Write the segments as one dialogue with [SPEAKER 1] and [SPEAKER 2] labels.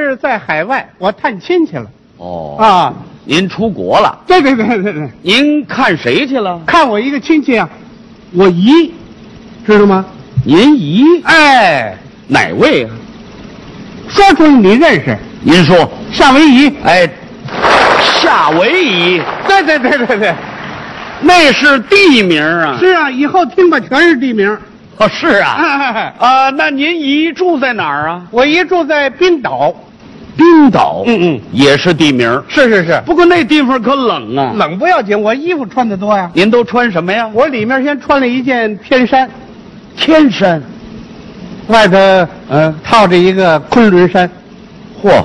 [SPEAKER 1] 是在海外，我探亲去了
[SPEAKER 2] 哦，
[SPEAKER 1] 啊。
[SPEAKER 2] 您出国了？
[SPEAKER 1] 对对对对对，
[SPEAKER 2] 您看谁去了？
[SPEAKER 1] 看我一个亲戚啊，我姨，知道吗？
[SPEAKER 2] 您姨
[SPEAKER 1] 哎，
[SPEAKER 2] 哪位啊？
[SPEAKER 1] 说出去你认识，
[SPEAKER 2] 您说，
[SPEAKER 1] 夏威夷。
[SPEAKER 2] 哎，夏威夷
[SPEAKER 1] 对对对对对，
[SPEAKER 2] 那是地名啊。
[SPEAKER 1] 是啊，以后听吧全是地名。
[SPEAKER 2] 哦，是啊。
[SPEAKER 1] 哎，
[SPEAKER 2] 啊，那您姨住在哪儿 啊？
[SPEAKER 1] 我姨住在冰岛。
[SPEAKER 2] 冰岛嗯
[SPEAKER 1] 嗯
[SPEAKER 2] 嗯，也是地名。
[SPEAKER 1] 是是是，
[SPEAKER 2] 不过那地方可冷啊。。
[SPEAKER 1] 冷不要紧，我衣服穿的多呀。
[SPEAKER 2] 您都穿什么呀？
[SPEAKER 1] 我里面先穿了一件天衫，
[SPEAKER 2] 天山。
[SPEAKER 1] 外头
[SPEAKER 2] 嗯。
[SPEAKER 1] 套着一个昆仑山，
[SPEAKER 2] 嚯，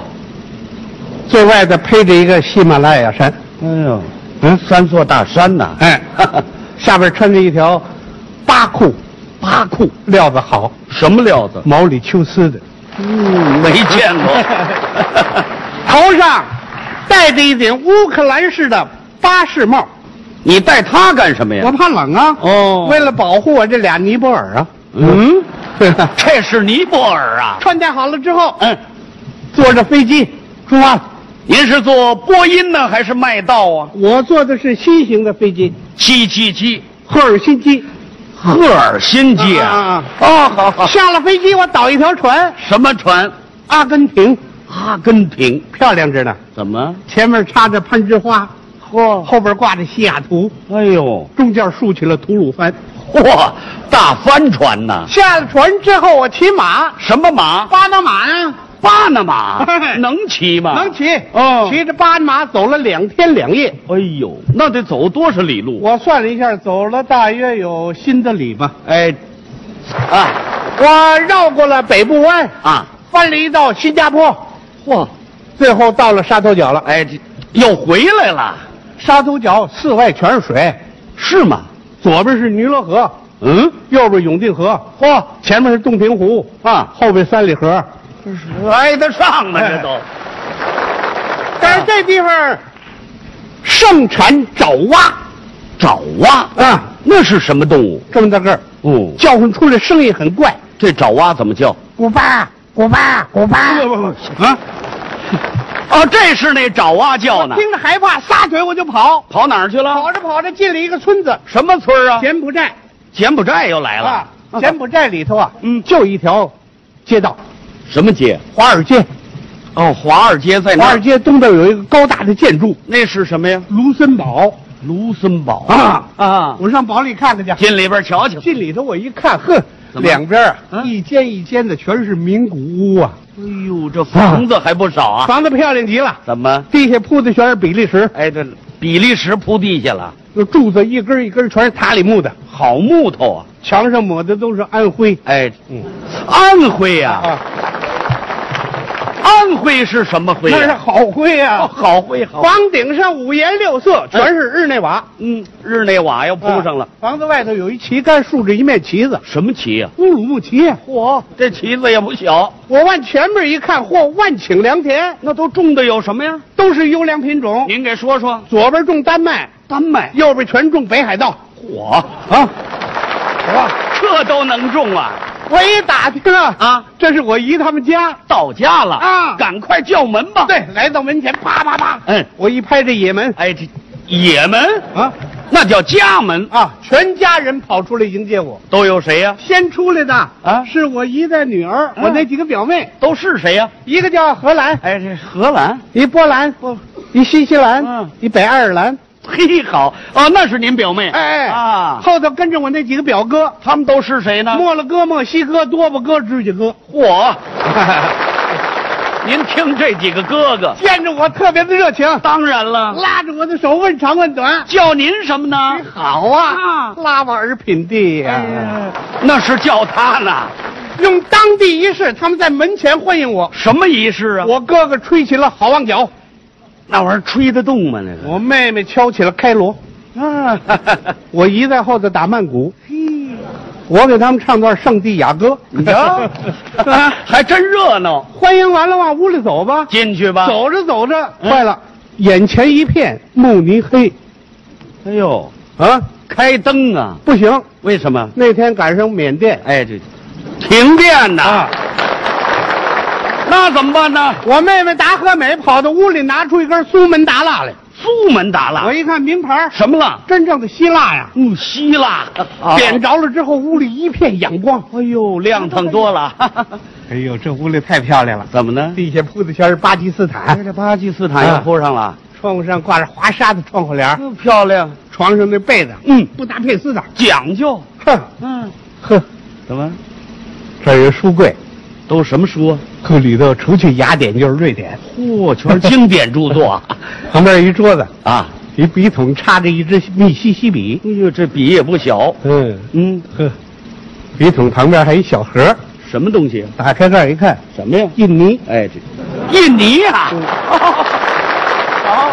[SPEAKER 1] 最外头披着一个喜马拉雅山。
[SPEAKER 2] 哎呦，嗯，三座大山呐。
[SPEAKER 1] 哎，下边穿着一条巴裤，
[SPEAKER 2] 八库
[SPEAKER 1] 料子好，
[SPEAKER 2] 什么料子？
[SPEAKER 1] 毛里求斯的，
[SPEAKER 2] 嗯，没见过。
[SPEAKER 1] 头上戴着一顶乌克兰式的巴士帽，
[SPEAKER 2] 你带它干什么哎呀
[SPEAKER 1] 我？怕冷啊。
[SPEAKER 2] 哦
[SPEAKER 1] 为了保护我这俩尼泊尔啊，
[SPEAKER 2] 嗯，这是尼泊尔啊。
[SPEAKER 1] 穿戴好了之后，
[SPEAKER 2] 嗯，
[SPEAKER 1] 坐着飞机出发了。
[SPEAKER 2] 您是坐波音呢，还是麦道啊？
[SPEAKER 1] 我坐的是新型的飞机，
[SPEAKER 2] 七七七，
[SPEAKER 1] 赫尔辛基。
[SPEAKER 2] 赫尔辛基
[SPEAKER 1] 啊
[SPEAKER 2] 啊！
[SPEAKER 1] 啊
[SPEAKER 2] 哦，好好。
[SPEAKER 1] 下了飞机，我倒一条船，
[SPEAKER 2] 什么船？
[SPEAKER 1] 阿根廷，
[SPEAKER 2] 阿根廷？
[SPEAKER 1] 漂亮着呢。
[SPEAKER 2] 怎么？
[SPEAKER 1] 前面插着攀枝花，
[SPEAKER 2] 嚯！
[SPEAKER 1] 后边挂着西雅图，
[SPEAKER 2] 哎呦，
[SPEAKER 1] 中间竖起了吐鲁番。
[SPEAKER 2] 嚯，大帆船呐！
[SPEAKER 1] 下了船之后，我骑马，
[SPEAKER 2] 什么马？
[SPEAKER 1] 巴拿马呀、
[SPEAKER 2] 巴 拿马
[SPEAKER 1] 哎
[SPEAKER 2] 能骑吗？
[SPEAKER 1] 能骑。
[SPEAKER 2] 哦
[SPEAKER 1] 骑着巴拿马走了两天两夜，
[SPEAKER 2] 哎呦，那得走多少里路？
[SPEAKER 1] 我算了一下，走了大约有新的里吧。
[SPEAKER 2] 哎，啊
[SPEAKER 1] 我绕过了北部湾，
[SPEAKER 2] 啊，
[SPEAKER 1] 翻了一道新加坡，
[SPEAKER 2] 嚯，
[SPEAKER 1] 最后到了沙头角了。
[SPEAKER 2] 哎，这又回来了，
[SPEAKER 1] 沙头角四外全是水，
[SPEAKER 2] 是吗？
[SPEAKER 1] 左边是尼罗河，
[SPEAKER 2] 嗯，
[SPEAKER 1] 右边永定河，嚯，前面是洞庭湖
[SPEAKER 2] 啊
[SPEAKER 1] 后边三里河。
[SPEAKER 2] 挨得上
[SPEAKER 1] 啊
[SPEAKER 2] 吗？这都。哎
[SPEAKER 1] 但是这地
[SPEAKER 2] 啊
[SPEAKER 1] 方盛产爪哇，
[SPEAKER 2] 爪哇
[SPEAKER 1] 啊，
[SPEAKER 2] 那是什么动物？
[SPEAKER 1] 这么大个儿，
[SPEAKER 2] 哦，
[SPEAKER 1] 叫唤出来声音很怪，
[SPEAKER 2] 这爪哇怎么叫？
[SPEAKER 1] 古巴古巴古巴，
[SPEAKER 2] 不不不啊！ 哦，这是那爪哇叫呢。
[SPEAKER 1] 听着害怕，撒腿我就跑，
[SPEAKER 2] 跑哪儿去
[SPEAKER 1] 跑
[SPEAKER 2] 了？
[SPEAKER 1] 着跑着进了一个村子，
[SPEAKER 2] 什么村儿啊？
[SPEAKER 1] 柬埔寨
[SPEAKER 2] 柬埔寨又来
[SPEAKER 1] 啊
[SPEAKER 2] 了。，
[SPEAKER 1] 柬埔寨里头啊，
[SPEAKER 2] 嗯
[SPEAKER 1] 就一条街道，
[SPEAKER 2] 什么街？
[SPEAKER 1] 华尔街，
[SPEAKER 2] 哦，华尔街在
[SPEAKER 1] 华
[SPEAKER 2] 哪
[SPEAKER 1] 尔
[SPEAKER 2] 儿？
[SPEAKER 1] 街东边有一个高大的建筑
[SPEAKER 2] 那是什么呀？
[SPEAKER 1] 卢森堡
[SPEAKER 2] 卢森堡
[SPEAKER 1] 啊
[SPEAKER 2] 啊！
[SPEAKER 1] 我上堡里看看去。
[SPEAKER 2] 进里边瞧瞧。
[SPEAKER 1] 进里头我一看，呵，
[SPEAKER 2] 怎么
[SPEAKER 1] 两边啊
[SPEAKER 2] 嗯
[SPEAKER 1] 一间一间的全是名古屋啊，
[SPEAKER 2] 哎呦，这房子还不少啊！
[SPEAKER 1] 房子漂亮极了，
[SPEAKER 2] 怎么？
[SPEAKER 1] 地下铺的全是比利时，
[SPEAKER 2] 哎，这比利时铺地下了，
[SPEAKER 1] 那柱子一根一根全是塔里木的，
[SPEAKER 2] 好木头啊！
[SPEAKER 1] 墙上抹的都是安徽。
[SPEAKER 2] 哎，
[SPEAKER 1] 嗯
[SPEAKER 2] 安徽呀、
[SPEAKER 1] 啊，
[SPEAKER 2] 安徽是什么徽、
[SPEAKER 1] 那是
[SPEAKER 2] 啊？
[SPEAKER 1] 好灰啊！
[SPEAKER 2] 哦好灰好灰
[SPEAKER 1] 房顶上五颜六色，全是日内瓦，
[SPEAKER 2] 嗯，日内瓦又铺上了，
[SPEAKER 1] 啊房子外头有一旗杆，竖着一面旗子，
[SPEAKER 2] 什么旗呀、
[SPEAKER 1] 乌鲁木齐。嚯！
[SPEAKER 2] 这旗子也不小，
[SPEAKER 1] 我往前面一看，嚯，万顷良田，
[SPEAKER 2] 那都种的有什么呀？
[SPEAKER 1] 都是优良品种。
[SPEAKER 2] 您给说说。
[SPEAKER 1] 左边种丹麦，
[SPEAKER 2] 丹麦
[SPEAKER 1] 右边全种北海道。
[SPEAKER 2] 火啊，
[SPEAKER 1] 我
[SPEAKER 2] 这都能种啊！
[SPEAKER 1] 我一打听啊，
[SPEAKER 2] 啊，
[SPEAKER 1] 这是我姨他们家。
[SPEAKER 2] 到家了
[SPEAKER 1] 啊
[SPEAKER 2] 赶快叫门吧。，
[SPEAKER 1] 对，来到门前，啪啪啪，
[SPEAKER 2] 嗯，
[SPEAKER 1] 我一拍这野门，
[SPEAKER 2] 哎，这也门
[SPEAKER 1] 啊
[SPEAKER 2] 那叫家门，
[SPEAKER 1] 啊，全家人跑出来迎接我。
[SPEAKER 2] 都有谁呀、
[SPEAKER 1] 先出来的
[SPEAKER 2] 啊
[SPEAKER 1] 是我姨的女儿，
[SPEAKER 2] 嗯
[SPEAKER 1] 我那几个表妹，
[SPEAKER 2] 都是谁呀、
[SPEAKER 1] 一个叫荷兰，
[SPEAKER 2] 哎，这荷兰，
[SPEAKER 1] 一波兰，一新西兰
[SPEAKER 2] 嗯，
[SPEAKER 1] 一北爱尔兰。
[SPEAKER 2] 嘿，好哦，那是您表妹。
[SPEAKER 1] 哎哎
[SPEAKER 2] 啊，
[SPEAKER 1] 后头跟着我那几个表哥，
[SPEAKER 2] 他们都是谁呢？
[SPEAKER 1] 墨了哥、墨西哥、多巴哥、指甲哥，
[SPEAKER 2] 嚯！您听这几个哥哥，
[SPEAKER 1] 见着我特别的热情，
[SPEAKER 2] 当然了，
[SPEAKER 1] 拉着我的手问长问短。
[SPEAKER 2] 叫您什么呢？
[SPEAKER 1] 好啊，
[SPEAKER 2] 啊
[SPEAKER 1] 拉瓦尔品地呀、
[SPEAKER 2] 那是叫他呢。
[SPEAKER 1] 用当地仪式，他们在门前欢迎我。
[SPEAKER 2] 什么仪式啊？
[SPEAKER 1] 我哥哥吹起了好望角，
[SPEAKER 2] 那玩意儿吹得动吗？那个
[SPEAKER 1] 我妹妹敲起了开锣，
[SPEAKER 2] 啊，
[SPEAKER 1] 我姨在后头打曼谷。我给他们唱段《圣地亚哥》，
[SPEAKER 2] 你瞧， 啊还真热闹。
[SPEAKER 1] 欢迎完了往屋里走吧。
[SPEAKER 2] 进去吧。。
[SPEAKER 1] 走着走着，
[SPEAKER 2] 啊嗯
[SPEAKER 1] 坏了，眼前一片慕尼黑
[SPEAKER 2] 哎呦，
[SPEAKER 1] 啊，
[SPEAKER 2] 开灯啊？
[SPEAKER 1] 不行，
[SPEAKER 2] 为什么？
[SPEAKER 1] 那天赶上缅甸
[SPEAKER 2] 哎，这停电呐。
[SPEAKER 1] 啊，
[SPEAKER 2] 那怎么办呢？
[SPEAKER 1] 我妹妹达和美跑到屋里拿出一根苏门答腊来，
[SPEAKER 2] 苏门答
[SPEAKER 1] 我
[SPEAKER 2] 腊，
[SPEAKER 1] 一看名牌儿，
[SPEAKER 2] 什么了？
[SPEAKER 1] 真正的希腊呀。
[SPEAKER 2] 嗯，希腊，
[SPEAKER 1] 点着了之后，屋里一片阳光。
[SPEAKER 2] 啊哎呦，亮堂多了。
[SPEAKER 1] 哎呦，这屋里太漂亮了，
[SPEAKER 2] 怎么呢？哎
[SPEAKER 1] 地下铺的全是巴基斯坦，
[SPEAKER 2] 这巴基斯坦又铺上了，
[SPEAKER 1] 窗户上挂着华沙的窗户帘儿，
[SPEAKER 2] 嗯漂亮，
[SPEAKER 1] 床上那被子
[SPEAKER 2] 嗯，
[SPEAKER 1] 布达佩斯的。
[SPEAKER 2] 讲究，
[SPEAKER 1] 哼
[SPEAKER 2] 嗯，
[SPEAKER 1] 哼，
[SPEAKER 2] 怎么
[SPEAKER 1] 这儿有书柜，
[SPEAKER 2] 都什么书啊？
[SPEAKER 1] 这里头除去雅典就是瑞典。
[SPEAKER 2] 嚯，全是经典著 作
[SPEAKER 1] 旁边有一桌子，
[SPEAKER 2] 啊！
[SPEAKER 1] 一笔筒插着一支密西西比。
[SPEAKER 2] 哎呦，这笔也不小，
[SPEAKER 1] 嗯，
[SPEAKER 2] 嗯，
[SPEAKER 1] 呵，笔筒旁边还有一小盒，
[SPEAKER 2] 什么东西啊？
[SPEAKER 1] 打开盖儿一看，
[SPEAKER 2] 什么呀？
[SPEAKER 1] 印尼。
[SPEAKER 2] 哎，这嗯印尼啊，好，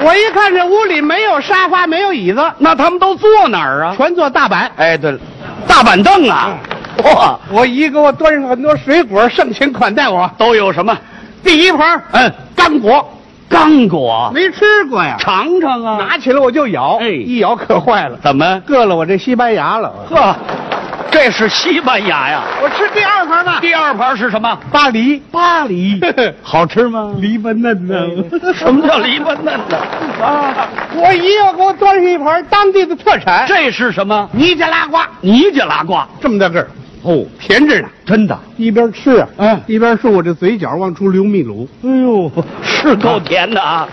[SPEAKER 1] 我一看这屋里没有沙发，没有椅子，
[SPEAKER 2] 那他们都坐哪儿啊？
[SPEAKER 1] 全坐大板。
[SPEAKER 2] 哎，对了，大板凳啊，哇，
[SPEAKER 1] 我姨给我端上很多水果，盛情款待我。
[SPEAKER 2] 都有什么？
[SPEAKER 1] 第一盘
[SPEAKER 2] 嗯，
[SPEAKER 1] 干果，
[SPEAKER 2] 刚果，
[SPEAKER 1] 没吃过 呀，
[SPEAKER 2] 尝尝啊，
[SPEAKER 1] 拿起来我就咬，
[SPEAKER 2] 哎
[SPEAKER 1] 一咬可坏了，
[SPEAKER 2] 怎么？
[SPEAKER 1] 硌了我这西班牙了。
[SPEAKER 2] 呵，这是西班牙呀。
[SPEAKER 1] 我吃第二盘吧，
[SPEAKER 2] 第二盘是什么？
[SPEAKER 1] 巴黎，
[SPEAKER 2] 巴黎 好吃吗？
[SPEAKER 1] 黎巴嫩呢？
[SPEAKER 2] 什么叫黎巴嫩呢？啊，
[SPEAKER 1] 哎我姨要给我端上一盘当地的特产，
[SPEAKER 2] 这是什么？
[SPEAKER 1] 尼加拉瓜，
[SPEAKER 2] 哎尼加拉瓜
[SPEAKER 1] 这么大个儿，
[SPEAKER 2] 哦，
[SPEAKER 1] 甜着呢。
[SPEAKER 2] 真的，
[SPEAKER 1] 一边吃啊，
[SPEAKER 2] 嗯
[SPEAKER 1] 一边说我这嘴角往出流蜜乳。
[SPEAKER 2] 哎呦，是够甜的啊！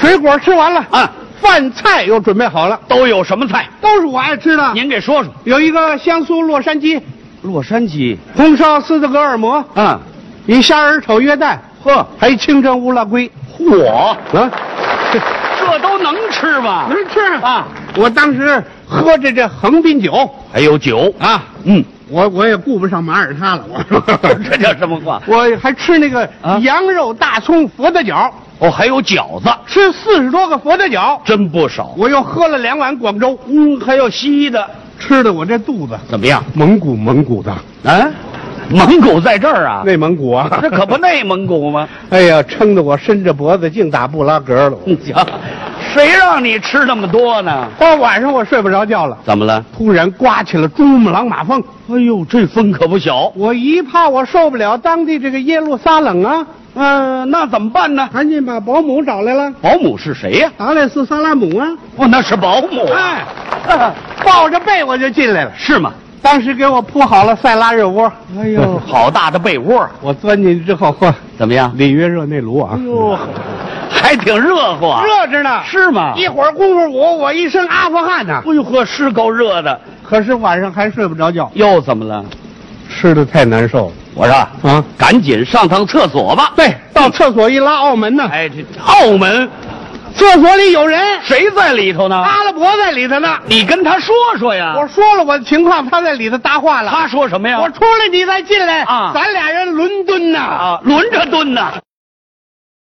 [SPEAKER 1] 水果吃完了
[SPEAKER 2] 啊，
[SPEAKER 1] 饭菜又准备好了，
[SPEAKER 2] 都有什么菜？
[SPEAKER 1] 都是我爱吃的。
[SPEAKER 2] 您给说说。
[SPEAKER 1] 有一个香酥洛杉矶，
[SPEAKER 2] 洛杉矶
[SPEAKER 1] 红烧斯德哥尔摩，
[SPEAKER 2] 啊，
[SPEAKER 1] 一虾仁炒约旦，
[SPEAKER 2] 呵，
[SPEAKER 1] 还有清蒸乌拉圭
[SPEAKER 2] 嚯，
[SPEAKER 1] 啊！
[SPEAKER 2] 这都能吃吗？
[SPEAKER 1] 能吃
[SPEAKER 2] 啊！
[SPEAKER 1] 我当时喝着这横滨酒
[SPEAKER 2] 还有酒啊，
[SPEAKER 1] 啊，
[SPEAKER 2] 嗯，
[SPEAKER 1] 我我也顾不上马耳他了， 我
[SPEAKER 2] 这叫什么话？
[SPEAKER 1] 我还吃那个
[SPEAKER 2] 啊
[SPEAKER 1] 羊肉大葱佛的饺，
[SPEAKER 2] 哦，还有饺子，
[SPEAKER 1] 吃四十多个佛的饺，
[SPEAKER 2] 真不少。
[SPEAKER 1] 我又喝了两碗广州，
[SPEAKER 2] 嗯，还有西的，
[SPEAKER 1] 吃的我这肚子
[SPEAKER 2] 怎么样？
[SPEAKER 1] 蒙古蒙古的，
[SPEAKER 2] 啊，蒙古在这儿啊？
[SPEAKER 1] 内蒙古啊，
[SPEAKER 2] 这可不内蒙古吗？
[SPEAKER 1] 哎呀，撑得我伸着脖子净打布拉格了。我
[SPEAKER 2] 你瞧，谁让你吃那么多呢？
[SPEAKER 1] 到晚上我睡不着觉了，
[SPEAKER 2] 怎么了？
[SPEAKER 1] 突然刮起了珠穆朗玛峰。
[SPEAKER 2] 哎呦，这风可不小。
[SPEAKER 1] 我一怕我受不了当地这个耶路撒冷啊，
[SPEAKER 2] 嗯、那怎么办呢？
[SPEAKER 1] 赶紧把保姆找来了，
[SPEAKER 2] 保姆是谁呀、
[SPEAKER 1] 达赖斯萨拉姆啊，
[SPEAKER 2] 哦，那是保姆
[SPEAKER 1] 哎
[SPEAKER 2] 啊，，
[SPEAKER 1] 抱着被我就进来了。
[SPEAKER 2] 是吗？
[SPEAKER 1] 当时给我铺好了塞拉热窝，哎呦，
[SPEAKER 2] 好大的被 窝，啊
[SPEAKER 1] 我钻进去之后，嚯，
[SPEAKER 2] 怎么样？
[SPEAKER 1] 里约热内卢啊，
[SPEAKER 2] 哟，还挺热乎啊。
[SPEAKER 1] 热着呢。
[SPEAKER 2] 是吗？
[SPEAKER 1] 一会儿功夫我我一身阿富汗呢、
[SPEAKER 2] 哎呦呵，是够热的。
[SPEAKER 1] 可是晚上还睡不着觉，
[SPEAKER 2] 又怎么了？
[SPEAKER 1] 吃的太难受了
[SPEAKER 2] 我说，
[SPEAKER 1] 啊。
[SPEAKER 2] 赶紧上趟厕所吧。
[SPEAKER 1] 对，到厕所一拉澳门呢，
[SPEAKER 2] 哎，这澳门
[SPEAKER 1] 厕所里有人，
[SPEAKER 2] 谁在里头呢？
[SPEAKER 1] 阿拉伯在里头呢。
[SPEAKER 2] 你跟他说啊说呀。
[SPEAKER 1] 我说了我的情况，他在里头搭话了。
[SPEAKER 2] 啊他说什么呀？
[SPEAKER 1] 我出来，你再进来
[SPEAKER 2] 啊
[SPEAKER 1] 咱俩人伦敦呐。
[SPEAKER 2] 啊，轮着蹲呢。